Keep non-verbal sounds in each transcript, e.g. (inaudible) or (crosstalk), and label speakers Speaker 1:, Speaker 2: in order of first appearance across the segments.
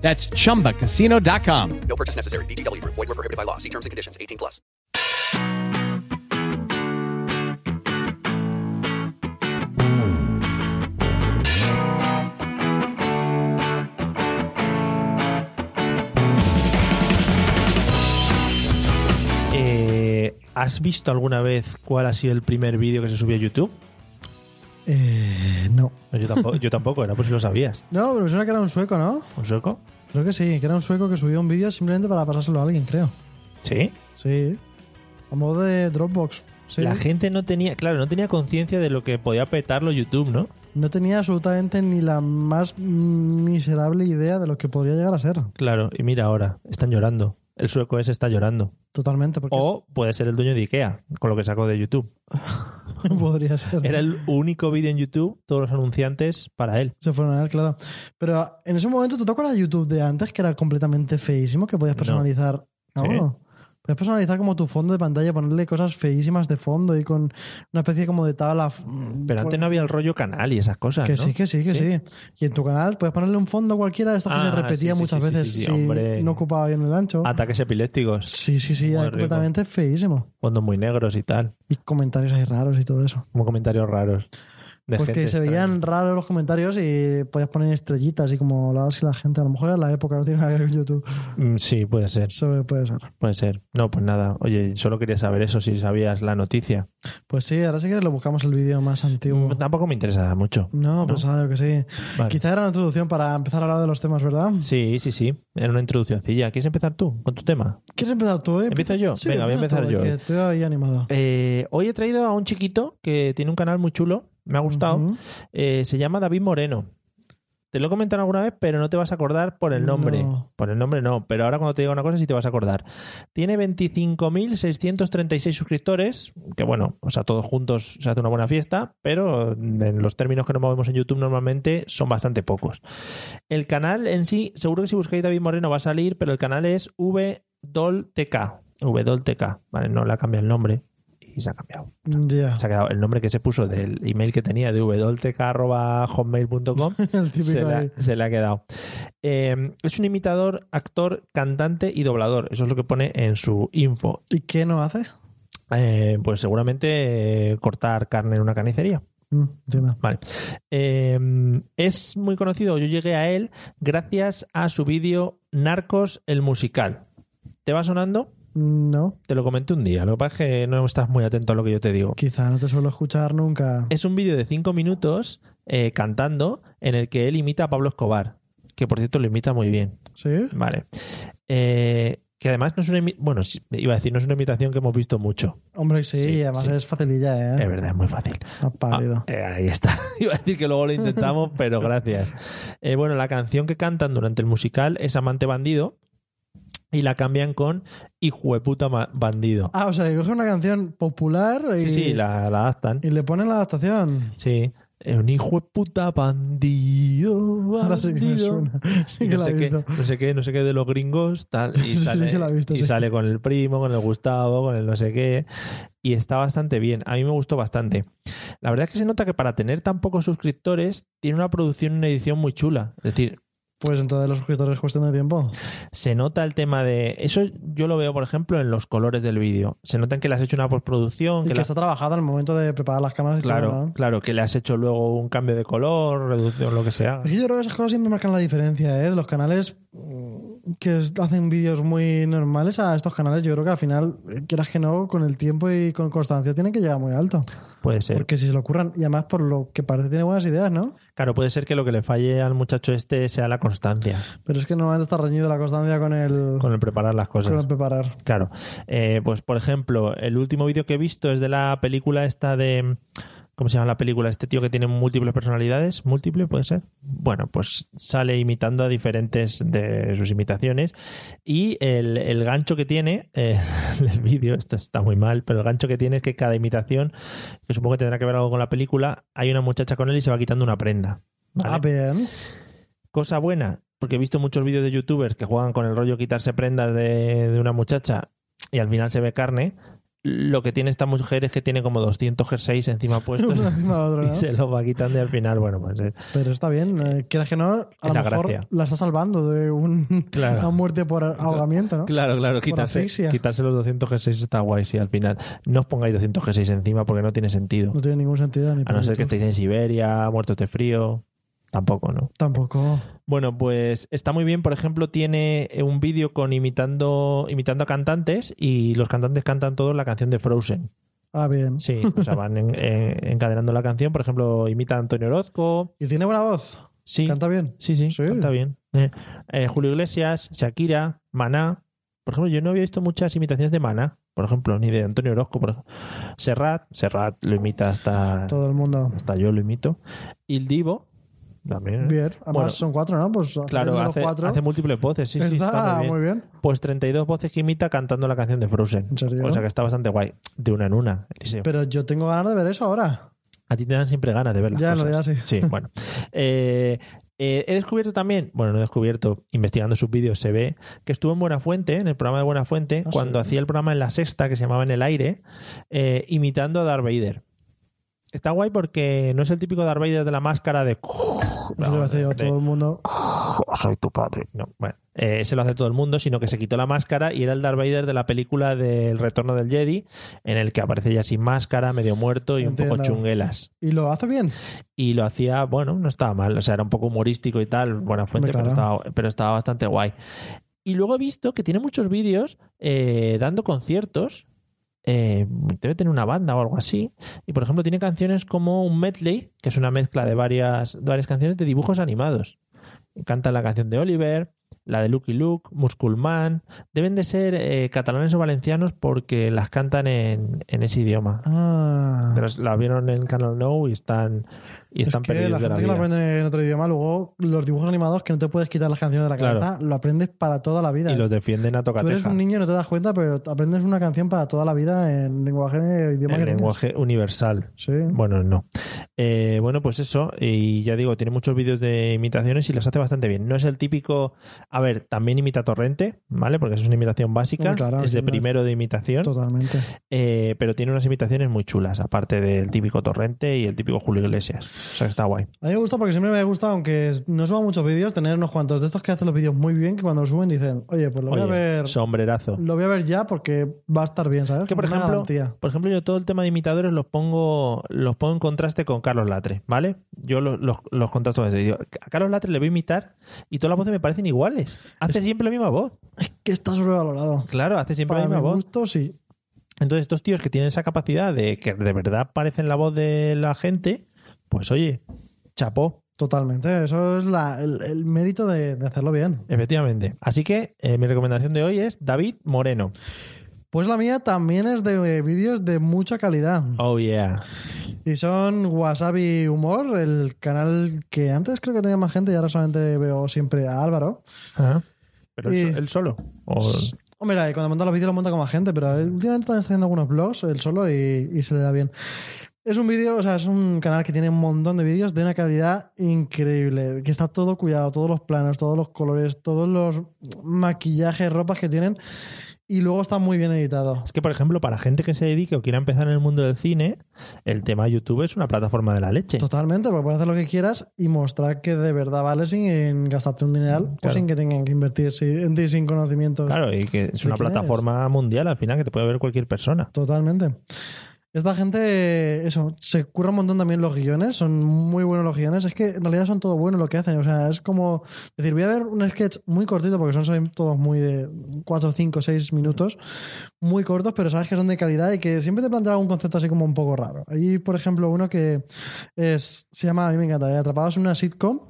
Speaker 1: That's chumbacasino.com.
Speaker 2: No purchase necessary. VGW Group. Void were prohibited by law. See terms and conditions. 18 plus.
Speaker 3: Eh, ¿Has visto alguna vez cuál ha sido el primer vídeo que se subió a YouTube?
Speaker 4: Eh, no.
Speaker 3: No, Yo tampoco, yo tampoco, era por si lo sabías.
Speaker 4: No, pero me suena que era un sueco, ¿no?
Speaker 3: ¿Un sueco?
Speaker 4: Creo que sí, que era un sueco que subió un vídeo simplemente para pasárselo a alguien, creo.
Speaker 3: Sí.
Speaker 4: Sí. A modo de Dropbox. Sí.
Speaker 3: La gente no tenía, claro, no tenía conciencia de lo que podía petarlo YouTube, ¿no?
Speaker 4: No tenía absolutamente ni la más miserable idea de lo que podría llegar a ser.
Speaker 3: Claro, y mira ahora, están llorando. El sueco ese está llorando.
Speaker 4: Totalmente, porque
Speaker 3: O puede ser el dueño de Ikea, con lo que sacó de YouTube.
Speaker 4: sí, podría
Speaker 3: (laughs)
Speaker 4: ser.
Speaker 3: Era el único vídeo en YouTube, todos los anunciantes para él.
Speaker 4: Se fueron a ver, claro. Pero en ese momento, ¿tú te acuerdas de YouTube de antes que era completamente feísimo? Que podías personalizar.
Speaker 3: Sí.
Speaker 4: No. Podías personalizar como tu fondo de pantalla, ponerle cosas feísimas de fondo y con una especie como de tabla. mm, f-
Speaker 3: Pero antes no había el rollo canal y esas cosas.
Speaker 4: Que
Speaker 3: ¿no?
Speaker 4: sí, que sí, que sí. Y en tu canal puedes ponerle un fondo cualquiera de estos que
Speaker 3: Ah,
Speaker 4: se repetía
Speaker 3: sí, sí,
Speaker 4: muchas
Speaker 3: sí, sí,
Speaker 4: veces
Speaker 3: sí, sí,
Speaker 4: si
Speaker 3: hombre.
Speaker 4: no ocupaba bien el ancho.
Speaker 3: Ataques epilépticos,
Speaker 4: Sí, sí, sí,
Speaker 3: Muy
Speaker 4: era
Speaker 3: rico.
Speaker 4: completamente feísimo.
Speaker 3: fondos muy negros y tal.
Speaker 4: Y comentarios ahí raros y todo eso.
Speaker 3: Como comentarios raros. de
Speaker 4: Porque
Speaker 3: gente
Speaker 4: se
Speaker 3: extraña.
Speaker 4: veían raros los comentarios y podías poner estrellitas y como la si la gente, a lo mejor era la época, no tiene nada que ver con YouTube.
Speaker 3: Mm, Sí, puede ser,
Speaker 4: Eso puede ser.
Speaker 3: puede ser. No, pues nada. Oye, solo quería saber eso si sabías la noticia.
Speaker 4: Pues sí, ahora sí que lo buscamos el vídeo más antiguo.
Speaker 3: Mm, Tampoco me interesaba mucho.
Speaker 4: No, pues ahora yo que sí.
Speaker 3: Vale.
Speaker 4: Quizá era una introducción para empezar a hablar de los temas, ¿verdad?
Speaker 3: Sí, sí, sí. Era una introduccióncilla. ¿Quieres empezar tú con tu tema?
Speaker 4: ¿Quieres empezar tú? eh?
Speaker 3: ¿Empiezo yo?
Speaker 4: Sí,
Speaker 3: Venga, voy a
Speaker 4: empieza
Speaker 3: empezar
Speaker 4: tú,
Speaker 3: yo,
Speaker 4: que
Speaker 3: eh.
Speaker 4: Estoy ahí animado.
Speaker 3: Eh, hoy he traído a un chiquito que tiene un canal muy chulo. Me ha gustado.
Speaker 4: Ujú.
Speaker 3: Eh, se llama David Moreno. Te lo he comentado alguna vez, pero no te vas a acordar por el nombre.
Speaker 4: No.
Speaker 3: Por el nombre no, pero ahora cuando te diga una cosa sí te vas a acordar. Tiene 25.636 suscriptores, que bueno, o sea, todos juntos se hace una buena fiesta, pero en los términos que nos movemos en YouTube normalmente son bastante pocos. El canal en sí, seguro que si buscáis David Moreno va a salir, pero el canal es VDolTK. VDolTK, vale, no le ha cambiado el nombre y se ha cambiado
Speaker 4: Ya.
Speaker 3: se ha quedado el nombre que se puso del email que tenía de wdoltk.hotmail.com
Speaker 4: (laughs) El
Speaker 3: se,
Speaker 4: típico
Speaker 3: le
Speaker 4: ahí.
Speaker 3: ha- se le ha quedado. Eh, es un imitador, actor, cantante y doblador. Eso es lo que pone en su info.
Speaker 4: ¿Y qué no hace?
Speaker 3: Eh, pues seguramente eh, cortar carne en una carnicería.
Speaker 4: Mm, Entiendo.
Speaker 3: Vale. Eh, es muy conocido, yo llegué a él gracias a su vídeo Narcos el musical. ¿Te va sonando?
Speaker 4: Mm, No,
Speaker 3: Te lo comenté un día, lo que pasa es que no estás muy atento a lo que yo te digo.
Speaker 4: quizá no te suelo escuchar nunca.
Speaker 3: Es un vídeo de 5 minutos eh, cantando en el que él imita a Pablo Escobar, que por cierto lo imita muy bien.
Speaker 4: ¿Sí?
Speaker 3: Vale. Eh, que además no es una imi- bueno, sí, iba a decir, no es una imitación que hemos visto mucho.
Speaker 4: Hombre, sí,
Speaker 3: Sí,
Speaker 4: y además
Speaker 3: sí.
Speaker 4: es facililla,
Speaker 3: Es
Speaker 4: ¿eh?
Speaker 3: verdad, es muy fácil.
Speaker 4: Ha pálido.
Speaker 3: Ah, eh, ahí está. (laughs) Iba a decir que luego lo
Speaker 4: (laughs)
Speaker 3: intentamos, pero gracias. Eh, bueno, la canción que cantan durante el musical es Amante Bandido y la cambian con Hijo de puta ma- bandido.
Speaker 4: Ah, o sea, que coge una canción popular y,
Speaker 3: Sí, sí, la, la adaptan.
Speaker 4: y le pone la adaptación.
Speaker 3: Sí. Eh, Un hijo de puta bandido.
Speaker 4: Ahora sí que me
Speaker 3: bandido.
Speaker 4: suena. (laughs) Sí
Speaker 3: Y
Speaker 4: que
Speaker 3: no,
Speaker 4: la he
Speaker 3: sé qué,
Speaker 4: visto.
Speaker 3: no sé qué, no sé qué de los gringos, tal, y,
Speaker 4: (laughs) Sí, sí
Speaker 3: sale,
Speaker 4: que la he visto,
Speaker 3: y
Speaker 4: sí.
Speaker 3: sale con el primo, con el Gustavo, con el no sé qué, y está bastante bien. A mí me gustó bastante. La verdad es que se nota que para tener tan pocos suscriptores, tiene una producción y una edición muy chula. Es decir,
Speaker 4: Pues entonces los suscriptores es cuestión de tiempo.
Speaker 3: se nota el tema de. Eso yo lo veo, por ejemplo, en los colores del vídeo. Se nota en que le has hecho una postproducción,
Speaker 4: Y
Speaker 3: que
Speaker 4: que
Speaker 3: le has-
Speaker 4: está trabajado al momento de preparar las cámaras y
Speaker 3: Claro,
Speaker 4: todo, ¿no?
Speaker 3: claro, que le has hecho luego un cambio de color, reducción, lo que sea.
Speaker 4: Es que yo creo que esas cosas siempre marcan la diferencia, ¿eh? De los canales mm, que es- hacen vídeos muy normales a estos canales, yo creo que al final, eh, quieras que no, con el tiempo y con constancia tienen que llegar muy alto.
Speaker 3: Puede ser.
Speaker 4: Porque si se lo ocurran, y además por lo que parece tiene buenas ideas, ¿no?
Speaker 3: Claro, puede ser que lo que le falle al muchacho este sea la constancia
Speaker 4: Pero es que normalmente está reñido la constancia con el,
Speaker 3: con el preparar las cosas.
Speaker 4: con el preparar.
Speaker 3: Claro. Eh, pues, por ejemplo, el último vídeo que he visto es de la película esta de. ¿Cómo se llama la película? Este tío que tiene múltiples personalidades. ¿Múltiple puede ser? Bueno, pues sale imitando a diferentes de sus imitaciones. Y el, el gancho que tiene, eh, (laughs) el vídeo, esto está muy mal, pero el gancho que tiene es que cada imitación, que supongo que tendrá que ver algo con la película, hay una muchacha con él y se va quitando una prenda. ¿vale?
Speaker 4: Ah, bien. (laughs)
Speaker 3: Cosa buena, porque he visto muchos vídeos de youtubers que juegan con el rollo quitarse prendas de, de una muchacha y al final se ve carne. Lo que tiene esta mujer es que tiene como 200 jerseys
Speaker 4: (laughs)
Speaker 3: encima puestos
Speaker 4: Uno encima de otro,
Speaker 3: (laughs) y
Speaker 4: ¿no?
Speaker 3: se los va quitando y al final, bueno, pues eh,
Speaker 4: Pero está bien. eh, quieras que no, a lo
Speaker 3: la
Speaker 4: mejor
Speaker 3: gracia.
Speaker 4: la está salvando de un, (laughs)
Speaker 3: Claro.
Speaker 4: una muerte por ahogamiento, ¿no?
Speaker 3: Claro, claro, quitarse,
Speaker 4: asfixia.
Speaker 3: quitarse los 200 G6 está guay, sí, al final. No os pongáis 200 G6 encima porque no tiene sentido.
Speaker 4: No tiene ningún sentido. Ni
Speaker 3: A no ser que
Speaker 4: punto.
Speaker 3: estéis en Siberia, muertos de frío. Tampoco, ¿no?
Speaker 4: Tampoco.
Speaker 3: Bueno, pues está muy bien. Por ejemplo, tiene eh, un vídeo con imitando, imitando a cantantes y los cantantes cantan todos la canción de Frozen.
Speaker 4: Ah, bien.
Speaker 3: Sí, o sea, van en- en- encadenando la canción. Por ejemplo, imita a Antonio Orozco.
Speaker 4: ¿Y tiene buena voz?
Speaker 3: Sí,
Speaker 4: ¿Canta bien?
Speaker 3: Sí, sí,
Speaker 4: Sí.
Speaker 3: está bien. Eh, eh, Julio Iglesias, Shakira, Maná. Por ejemplo, yo no había visto muchas imitaciones de Maná, por ejemplo, ni de Antonio Orozco. Por ejemplo. Serrat, Serrat lo imita hasta,
Speaker 4: Todo el mundo.
Speaker 3: hasta yo lo imito. Il Divo, también. ¿eh?
Speaker 4: Bien. Además
Speaker 3: Bueno,
Speaker 4: son cuatro, ¿no? Pues hacer
Speaker 3: Claro,
Speaker 4: de los
Speaker 3: hace,
Speaker 4: cuatro
Speaker 3: hace múltiples voces, sí, sí,
Speaker 4: está,
Speaker 3: está muy bien.
Speaker 4: muy bien.
Speaker 3: Pues 32 voces que imita cantando la canción de Frozen.
Speaker 4: ¿En serio?
Speaker 3: O sea que está bastante guay. De una en una, Eliseo.
Speaker 4: Pero yo tengo ganas de ver eso ahora.
Speaker 3: A ti te dan siempre ganas de ver las
Speaker 4: Ya, en
Speaker 3: cosas.
Speaker 4: realidad (laughs)
Speaker 3: sí. bueno. Eh, eh, he descubierto también, bueno, no he descubierto, investigando sus vídeos se ve que estuvo en Buenafuente, en el programa de Buenafuente,
Speaker 4: Ah,
Speaker 3: cuando
Speaker 4: sí.
Speaker 3: hacía el programa en la sexta, que se llamaba En el aire, eh, imitando a Darth Vader. Está guay porque no es el típico Darth Vader de la máscara de...
Speaker 4: Eso lo
Speaker 3: (laughs)
Speaker 4: hace yo a
Speaker 3: de-
Speaker 4: todo el mundo.
Speaker 3: soy tu padre. No, bueno, eh, se lo hace todo el mundo, sino que se quitó la máscara y era el Darth Vader de la película del Retorno del Jedi, en el que aparece ya sin máscara, medio muerto y un poco
Speaker 4: Entiendo.
Speaker 3: chunguelas.
Speaker 4: Y lo hace bien.
Speaker 3: Y lo hacía, bueno, no estaba mal, o sea, era un poco humorístico y tal, buena fuente,
Speaker 4: Hombre,
Speaker 3: pero,
Speaker 4: claro.
Speaker 3: estaba, pero estaba bastante guay. Y luego he visto que tiene muchos vídeos eh, dando conciertos. eh, debe tener una banda o algo así. Y por ejemplo, tiene canciones como un medley, que es una mezcla de varias, de varias canciones de dibujos animados. Canta la canción de Oliver, la de Lucky Luke, Musculman. Deben de ser eh, catalanes o valencianos porque las cantan en, en ese idioma.
Speaker 4: Ah.
Speaker 3: Pero la vieron en Canal Now y están, y están
Speaker 4: es que la
Speaker 3: perdidos de la
Speaker 4: gente que lo
Speaker 3: vida.
Speaker 4: aprende en otro idioma, luego los dibujos animados que no te puedes quitar las canciones de la
Speaker 3: Claro.
Speaker 4: cabeza, lo aprendes para toda la vida. ¿eh?
Speaker 3: y los defienden a
Speaker 4: Tú eres
Speaker 3: tocateja.
Speaker 4: un niño y no te das cuenta, pero aprendes una canción para toda la vida en lenguaje, idioma
Speaker 3: El
Speaker 4: que tengas.
Speaker 3: lenguaje universal.
Speaker 4: Sí.
Speaker 3: Bueno, no. Eh, bueno, pues eso. Y ya digo, tiene muchos vídeos de imitaciones y los hace bastante bien. No es el típico. A ver, también imita a Torrente, ¿vale? Porque es una imitación básica.
Speaker 4: Hombre, claro,
Speaker 3: es de
Speaker 4: sí, no.
Speaker 3: primero de imitación.
Speaker 4: Totalmente.
Speaker 3: Eh, pero tiene unas imitaciones muy chulas, aparte del típico Torrente y el típico Julio Iglesias. O sea, que está guay.
Speaker 4: A mí me gusta porque siempre me gusta, aunque no suba muchos vídeos, tener unos cuantos de estos que hacen los vídeos muy bien, que cuando los suben dicen, oye, pues lo voy
Speaker 3: Oye,
Speaker 4: a ver.
Speaker 3: Sombrerazo.
Speaker 4: Lo voy a ver ya porque va a estar bien, ¿sabes?
Speaker 3: que por
Speaker 4: Como una
Speaker 3: ejemplo,
Speaker 4: garantía.
Speaker 3: por ejemplo, yo todo el tema de imitadores los pongo, los pongo en contraste con Carlos Latre, ¿vale? Yo los, los, los contrasto con eso. Y digo, a Carlos Latre le voy a imitar y todas las voces me parecen iguales. Hace siempre la misma voz.
Speaker 4: Que está sobrevalorado.
Speaker 3: Claro, hace siempre
Speaker 4: Para
Speaker 3: la
Speaker 4: mi
Speaker 3: misma voz.
Speaker 4: gusto, sí.
Speaker 3: Entonces, estos tíos que tienen esa capacidad de que de verdad parecen la voz de la gente, pues oye, chapó.
Speaker 4: Totalmente. Eso es la- el, el mérito de, de hacerlo bien.
Speaker 3: Efectivamente. Así que eh, mi recomendación de hoy es David Moreno.
Speaker 4: Pues la mía también es de eh, vídeos de mucha calidad.
Speaker 3: Oh, yeah.
Speaker 4: Y son Wasabi Humor, el canal que antes creo que tenía más gente y ahora solamente veo siempre a Álvaro.
Speaker 3: Ah, ¿Pero él,
Speaker 4: Y-
Speaker 3: so- él solo? ¿O-
Speaker 4: Hombre, eh, cuando monta los vídeos lo monta con más gente, pero él últimamente también está haciendo algunos blogs él solo y, y se le da bien. Es un vídeo, o sea, es un canal que tiene un montón de vídeos de una calidad increíble, que está todo cuidado, todos los planos, todos los colores, todos los maquillajes, ropas que tienen y luego está muy bien editado.
Speaker 3: Es que, por ejemplo, para gente que se dedique o quiera empezar en el mundo del cine, el tema YouTube es una plataforma de la leche.
Speaker 4: Totalmente, porque puedes hacer lo que quieras y mostrar que de verdad vale sin gastarte un dineral
Speaker 3: Claro.
Speaker 4: o sin que tengan que invertir si- en ti sin conocimientos.
Speaker 3: Claro, y que es
Speaker 4: ¿De
Speaker 3: una
Speaker 4: quién
Speaker 3: plataforma mundial al final que te puede ver cualquier persona.
Speaker 4: Totalmente. Esta gente, eso, se curra un montón también los guiones, son muy buenos los guiones. Es que en realidad son todo bueno lo que hacen. O sea, es como decir, voy a ver un sketch muy cortito, porque son- son todos muy de 4, 5, 6 minutos, muy cortos, pero sabes que son de calidad y que siempre te plantea algún concepto así como un poco raro. Hay, por ejemplo, uno que es, se llama, a mí me encanta, ¿eh? Atrapados en una sitcom,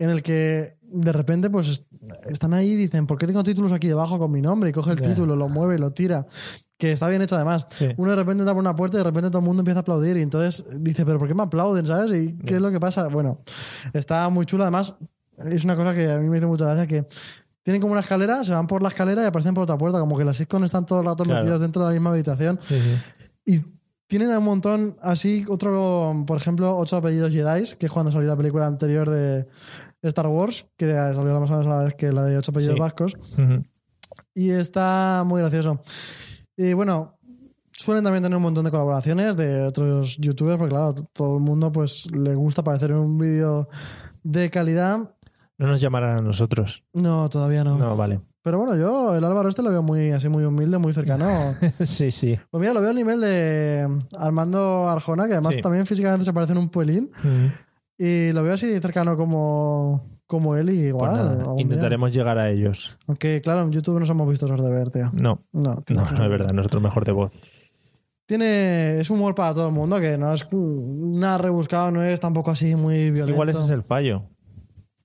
Speaker 4: en el que de repente pues est- están ahí y dicen, ¿por qué tengo títulos aquí debajo con mi nombre? Y coge el
Speaker 3: Ya.
Speaker 4: título, lo mueve, lo tira. Que está bien hecho además.
Speaker 3: Sí.
Speaker 4: Uno de repente entra por una puerta y de repente todo el mundo empieza a aplaudir y entonces dice, ¿pero por qué me aplauden? ¿Sabes? ¿Y qué es lo que pasa? Bueno, está muy chulo además. Es una cosa que a mí me hizo mucha gracia que tienen como una escalera, se van por la escalera y aparecen por otra puerta, como que las sitcom están todo el rato
Speaker 3: Claro.
Speaker 4: metidas dentro de la misma habitación.
Speaker 3: Sí, sí.
Speaker 4: Y tienen a un montón, así, otro, por ejemplo, ocho apellidos Jedi, que es cuando salió la película anterior de Star Wars, que salió más o menos a la vez que la de ocho apellidos
Speaker 3: Sí.
Speaker 4: vascos.
Speaker 3: Ujú.
Speaker 4: Y está muy gracioso. Y bueno, suelen también tener un montón de colaboraciones de otros youtubers, porque claro, todo el mundo pues le gusta aparecer en un vídeo de calidad.
Speaker 3: No nos llamarán a nosotros.
Speaker 4: No, todavía no.
Speaker 3: No,
Speaker 4: (laughs)
Speaker 3: vale.
Speaker 4: Pero bueno, yo el Álvaro este lo veo muy así muy humilde, muy cercano.
Speaker 3: sí, sí.
Speaker 4: Pues mira, lo veo al nivel de em, Armando Arjona, que además
Speaker 3: Sí.
Speaker 4: también físicamente se parece en un puelín.
Speaker 3: Mm.
Speaker 4: Y lo veo así cercano como, como él y
Speaker 3: Pues
Speaker 4: igual.
Speaker 3: nada,
Speaker 4: algún día.
Speaker 3: intentaremos llegar a ellos.
Speaker 4: Aunque claro, en YouTube nos hemos visto esos de ver, tío.
Speaker 3: No,
Speaker 4: No, tío.
Speaker 3: no, no es verdad. Nosotros mejor de voz.
Speaker 4: Tiene, es humor para todo el mundo, que no es nada rebuscado, no es tampoco así muy violento.
Speaker 3: Igual ese es el fallo.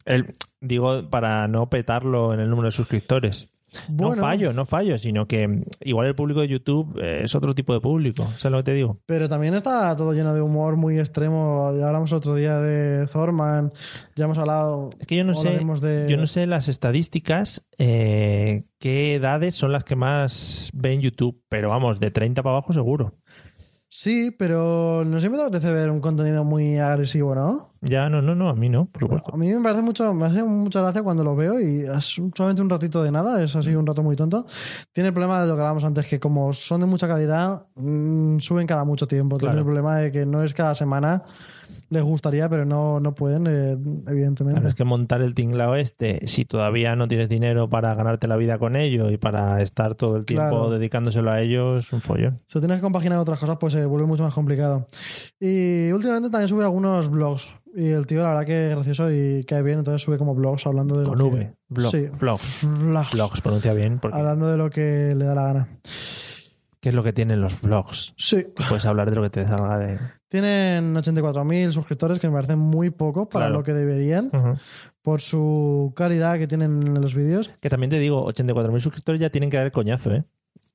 Speaker 3: El, digo, para no petarlo en el número de suscriptores.
Speaker 4: Bueno,
Speaker 3: No fallo, no fallo, sino que igual el público de YouTube eh, es otro tipo de público. ¿Sabes lo que te digo?
Speaker 4: Pero también está todo lleno de humor muy extremo. Ya hablamos otro día de Thorman, ya hemos hablado...
Speaker 3: Es que yo no
Speaker 4: o
Speaker 3: sé,
Speaker 4: hablaremos de-
Speaker 3: yo no sé las estadísticas, eh, qué edades son las que más ven YouTube, pero vamos, de 30 para abajo seguro.
Speaker 4: Sí, pero no siempre te apetece ver un contenido muy agresivo, ¿no?
Speaker 3: Ya, no, no, no, a mí no, por
Speaker 4: Bueno,
Speaker 3: supuesto.
Speaker 4: a mí me parece mucho, me hace mucha gracia cuando lo veo y es un- solamente un ratito de nada, es así un rato muy tonto. Tiene el problema de lo que hablábamos antes, que como son de mucha calidad, mm, suben cada mucho tiempo. Tiene
Speaker 3: Claro.
Speaker 4: el problema de que no es cada semana, les gustaría, pero no, no pueden, eh, evidentemente.
Speaker 3: Claro, es que montar el tinglao este, si todavía no tienes dinero para ganarte la vida con ello y para estar todo el tiempo
Speaker 4: Claro.
Speaker 3: dedicándoselo a ellos, es un follón.
Speaker 4: Si lo tienes que compaginar con otras cosas, pues se vuelve mucho más complicado. Y últimamente también sube algunos blogs. Y el tío, la verdad, que es gracioso y cae bien, entonces sube como blogs hablando de. lo
Speaker 3: Con
Speaker 4: que-
Speaker 3: V, blog,
Speaker 4: Sí.
Speaker 3: vlogs,
Speaker 4: Vlogs.
Speaker 3: vlogs, pronuncia bien, porque
Speaker 4: Hablando de lo que le da la gana.
Speaker 3: ¿qué es lo que tienen los vlogs?
Speaker 4: Sí.
Speaker 3: Puedes hablar de lo que te salga de...
Speaker 4: Tienen 84.000 suscriptores, que me parecen muy poco para
Speaker 3: Claro.
Speaker 4: lo que deberían,
Speaker 3: Ujú.
Speaker 4: por su calidad que tienen en los vídeos.
Speaker 3: Que también te digo, 84.000 suscriptores ya tienen que dar el coñazo, ¿eh?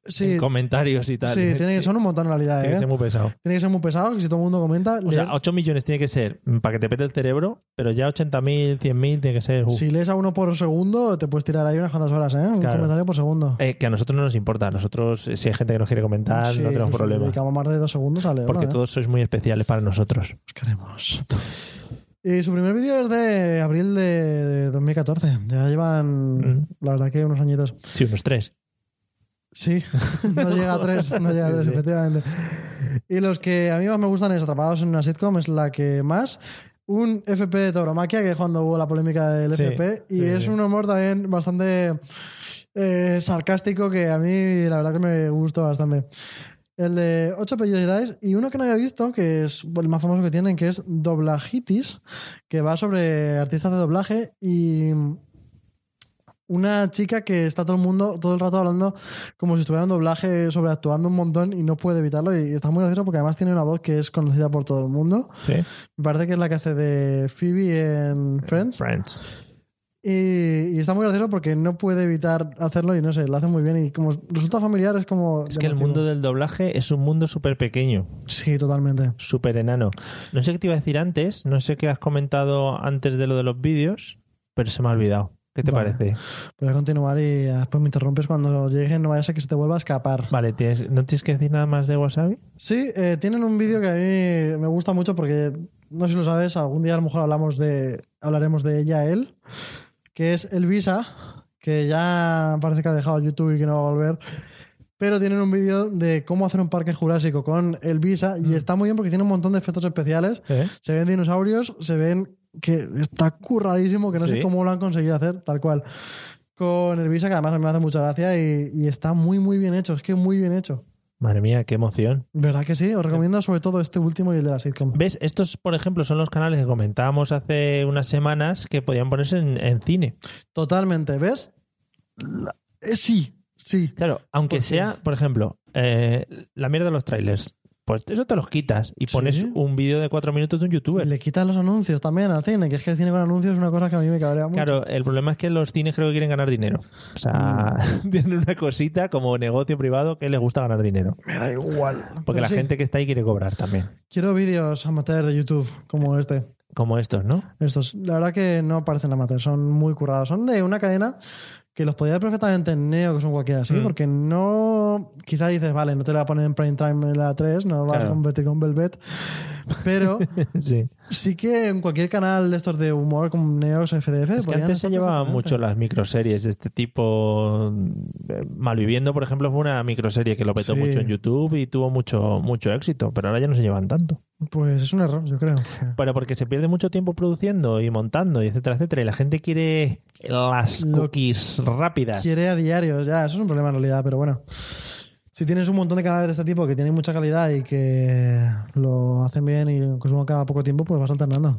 Speaker 4: Sí,
Speaker 3: En comentarios y tal. ¿eh?
Speaker 4: sí tiene que, son un montón en realidad.
Speaker 3: Tiene que
Speaker 4: ¿eh?
Speaker 3: ser muy pesado.
Speaker 4: Tiene que ser muy pesado, que si todo el mundo comenta,
Speaker 3: O
Speaker 4: leer-
Speaker 3: sea, 8 millones tiene que ser mm, para que te pete el cerebro, pero ya 80.000, 100.000 tiene que ser... uf.
Speaker 4: si lees a uno por segundo, te puedes tirar ahí unas cuantas horas, ¿eh? un
Speaker 3: Claro.
Speaker 4: comentario por segundo.
Speaker 3: Eh, que a nosotros no nos importa. A nosotros, eh, si hay gente que nos quiere comentar,
Speaker 4: Sí,
Speaker 3: no tenemos
Speaker 4: pues,
Speaker 3: problema.
Speaker 4: Dedicamos más de dos segundos a leerlo.
Speaker 3: Porque
Speaker 4: ¿eh?
Speaker 3: todos sois muy especiales para nosotros.
Speaker 4: Os queremos. Y su primer vídeo es de abril de, de 2014. Ya llevan,
Speaker 3: Mm.
Speaker 4: la verdad, que unos añitos.
Speaker 3: Sí, unos tres.
Speaker 4: Sí, (laughs) no llega a tres, no llega a tres,
Speaker 3: Sí, sí.
Speaker 4: efectivamente. Y los que a mí más me gustan es Atrapados en una sitcom, es la que más. Un FP de tauromaquia, que es cuando hubo la polémica del
Speaker 3: Sí,
Speaker 4: FP, y
Speaker 3: sí,
Speaker 4: es
Speaker 3: sí.
Speaker 4: un humor también bastante eh, sarcástico que a mí la verdad que me gustó bastante. El de ocho apellidos y Dice, y uno que no había visto, que es el más famoso que tienen, que es Doblajitis, que va sobre artistas de doblaje y una chica que está todo el mundo todo el rato hablando como si estuviera en doblaje sobreactuando un montón y no puede evitarlo y está muy gracioso porque además tiene una voz que es conocida por todo el mundo
Speaker 3: Sí.
Speaker 4: me parece que es la que hace de Phoebe en Friends
Speaker 3: Friends.
Speaker 4: y, y está muy gracioso porque no puede evitar hacerlo y no sé lo hace muy bien y como resulta familiar es como
Speaker 3: Es que el
Speaker 4: llamativo.
Speaker 3: mundo del doblaje es un mundo súper pequeño,
Speaker 4: sí totalmente
Speaker 3: súper enano. No sé qué te iba a decir antes, no sé qué has comentado antes de lo de los vídeos, pero se me ha olvidado. ¿Qué te
Speaker 4: Vale.
Speaker 3: parece?
Speaker 4: voy a continuar y después me interrumpes cuando llegue no vaya a ser que se te vuelva a escapar
Speaker 3: Vale, ¿tienes- ¿no tienes que decir nada más de Wasabi?
Speaker 4: Sí, eh, tienen un vídeo que a mí me gusta mucho porque, no sé si lo sabes, algún día a lo mejor hablamos de, hablaremos de ella, él, que es Elvisa, que ya parece que ha dejado YouTube y que no va a volver. Pero tienen un vídeo de cómo hacer un parque jurásico con Elvisa y está muy bien porque tiene un montón de efectos especiales. Se ven dinosaurios, se ven que está curradísimo, que no sé
Speaker 3: Sí.
Speaker 4: cómo lo han conseguido hacer, tal cual. Con Elvisa, que además a mí me hace mucha gracia y, y está muy, muy bien hecho. Es que muy bien hecho.
Speaker 3: Madre mía, qué emoción.
Speaker 4: ¿Verdad que sí? Os recomiendo sobre todo este último y el de la sitcom.
Speaker 3: ¿Ves? Estos, por ejemplo, son los canales que comentábamos hace unas semanas que podían ponerse en, en cine.
Speaker 4: Totalmente, ¿ves? La- eh, sí, sí.
Speaker 3: Claro, aunque sea, por ejemplo, eh, la mierda de los trailers. Pues eso te los quitas y pones
Speaker 4: Sí.
Speaker 3: un vídeo de cuatro minutos de un youtuber.
Speaker 4: Pues Le quitas los anuncios también al cine, que es que el cine con anuncios es una cosa que a mí me cabrea mucho.
Speaker 3: Claro, el problema es que los cines creo que quieren ganar dinero. O sea, (laughs)
Speaker 4: Mm.
Speaker 3: tienen una cosita como negocio privado que les gusta ganar dinero.
Speaker 4: Me da igual.
Speaker 3: Porque la
Speaker 4: Pero Pues sí,
Speaker 3: gente que está ahí quiere cobrar también.
Speaker 4: Quiero vídeos amateur de YouTube como este.
Speaker 3: Como estos, ¿no?
Speaker 4: Estos, la verdad que no parecen amateur, son muy currados. Son de una cadena que los podía ver perfectamente en Neo, que son cualquiera así,
Speaker 3: Mm.
Speaker 4: porque no. Quizá dices, vale, no te la voy a poner en prime time en la 3, no vas
Speaker 3: Claro.
Speaker 4: a convertir con Velvet.
Speaker 3: (laughs)
Speaker 4: Pero
Speaker 3: Sí.
Speaker 4: (laughs) sí que en cualquier canal de estos de humor, como Neox, FDF,
Speaker 3: Es que
Speaker 4: podrían
Speaker 3: antes se
Speaker 4: estar
Speaker 3: llevaban
Speaker 4: perfectamente.
Speaker 3: mucho las microseries de este tipo. Eh, Malviviendo, por ejemplo, fue una microserie que lo petó
Speaker 4: Sí.
Speaker 3: mucho en YouTube y tuvo mucho, mucho éxito, pero ahora ya no se llevan tanto.
Speaker 4: Pues es un error, yo creo.
Speaker 3: Pero porque se pierde mucho tiempo produciendo y montando, y etcétera, etcétera, y la gente quiere las
Speaker 4: Lo-
Speaker 3: cookies rápidas.
Speaker 4: Quiere a diario, ya, eso es un problema en realidad, pero bueno. Si tienes un montón de canales de este tipo que tienen mucha calidad y que lo hacen bien y consumen cada poco tiempo, pues vas alternando.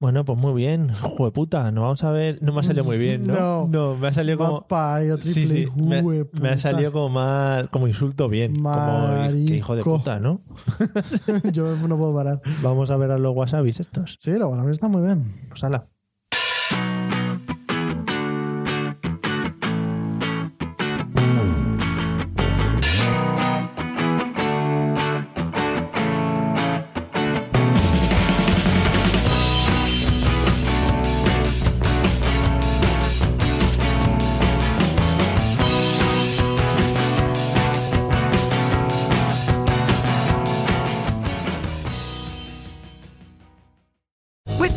Speaker 3: Bueno, pues muy bien, jueputa, no vamos a ver, no me ha salido muy bien, ¿no?
Speaker 4: No.
Speaker 3: me ha salido como
Speaker 4: Mario
Speaker 3: Sí,
Speaker 4: triple,
Speaker 3: sí, me,
Speaker 4: jue
Speaker 3: me ha
Speaker 4: puta.
Speaker 3: salido como más como insulto bien, como "Qué hijo de
Speaker 4: Marico.
Speaker 3: puta, ¿no?
Speaker 4: (laughs) Yo no puedo parar.
Speaker 3: Vamos a ver a los wasabis estos.
Speaker 4: Sí, la verdad está muy bien.
Speaker 3: Pues ala.
Speaker 5: With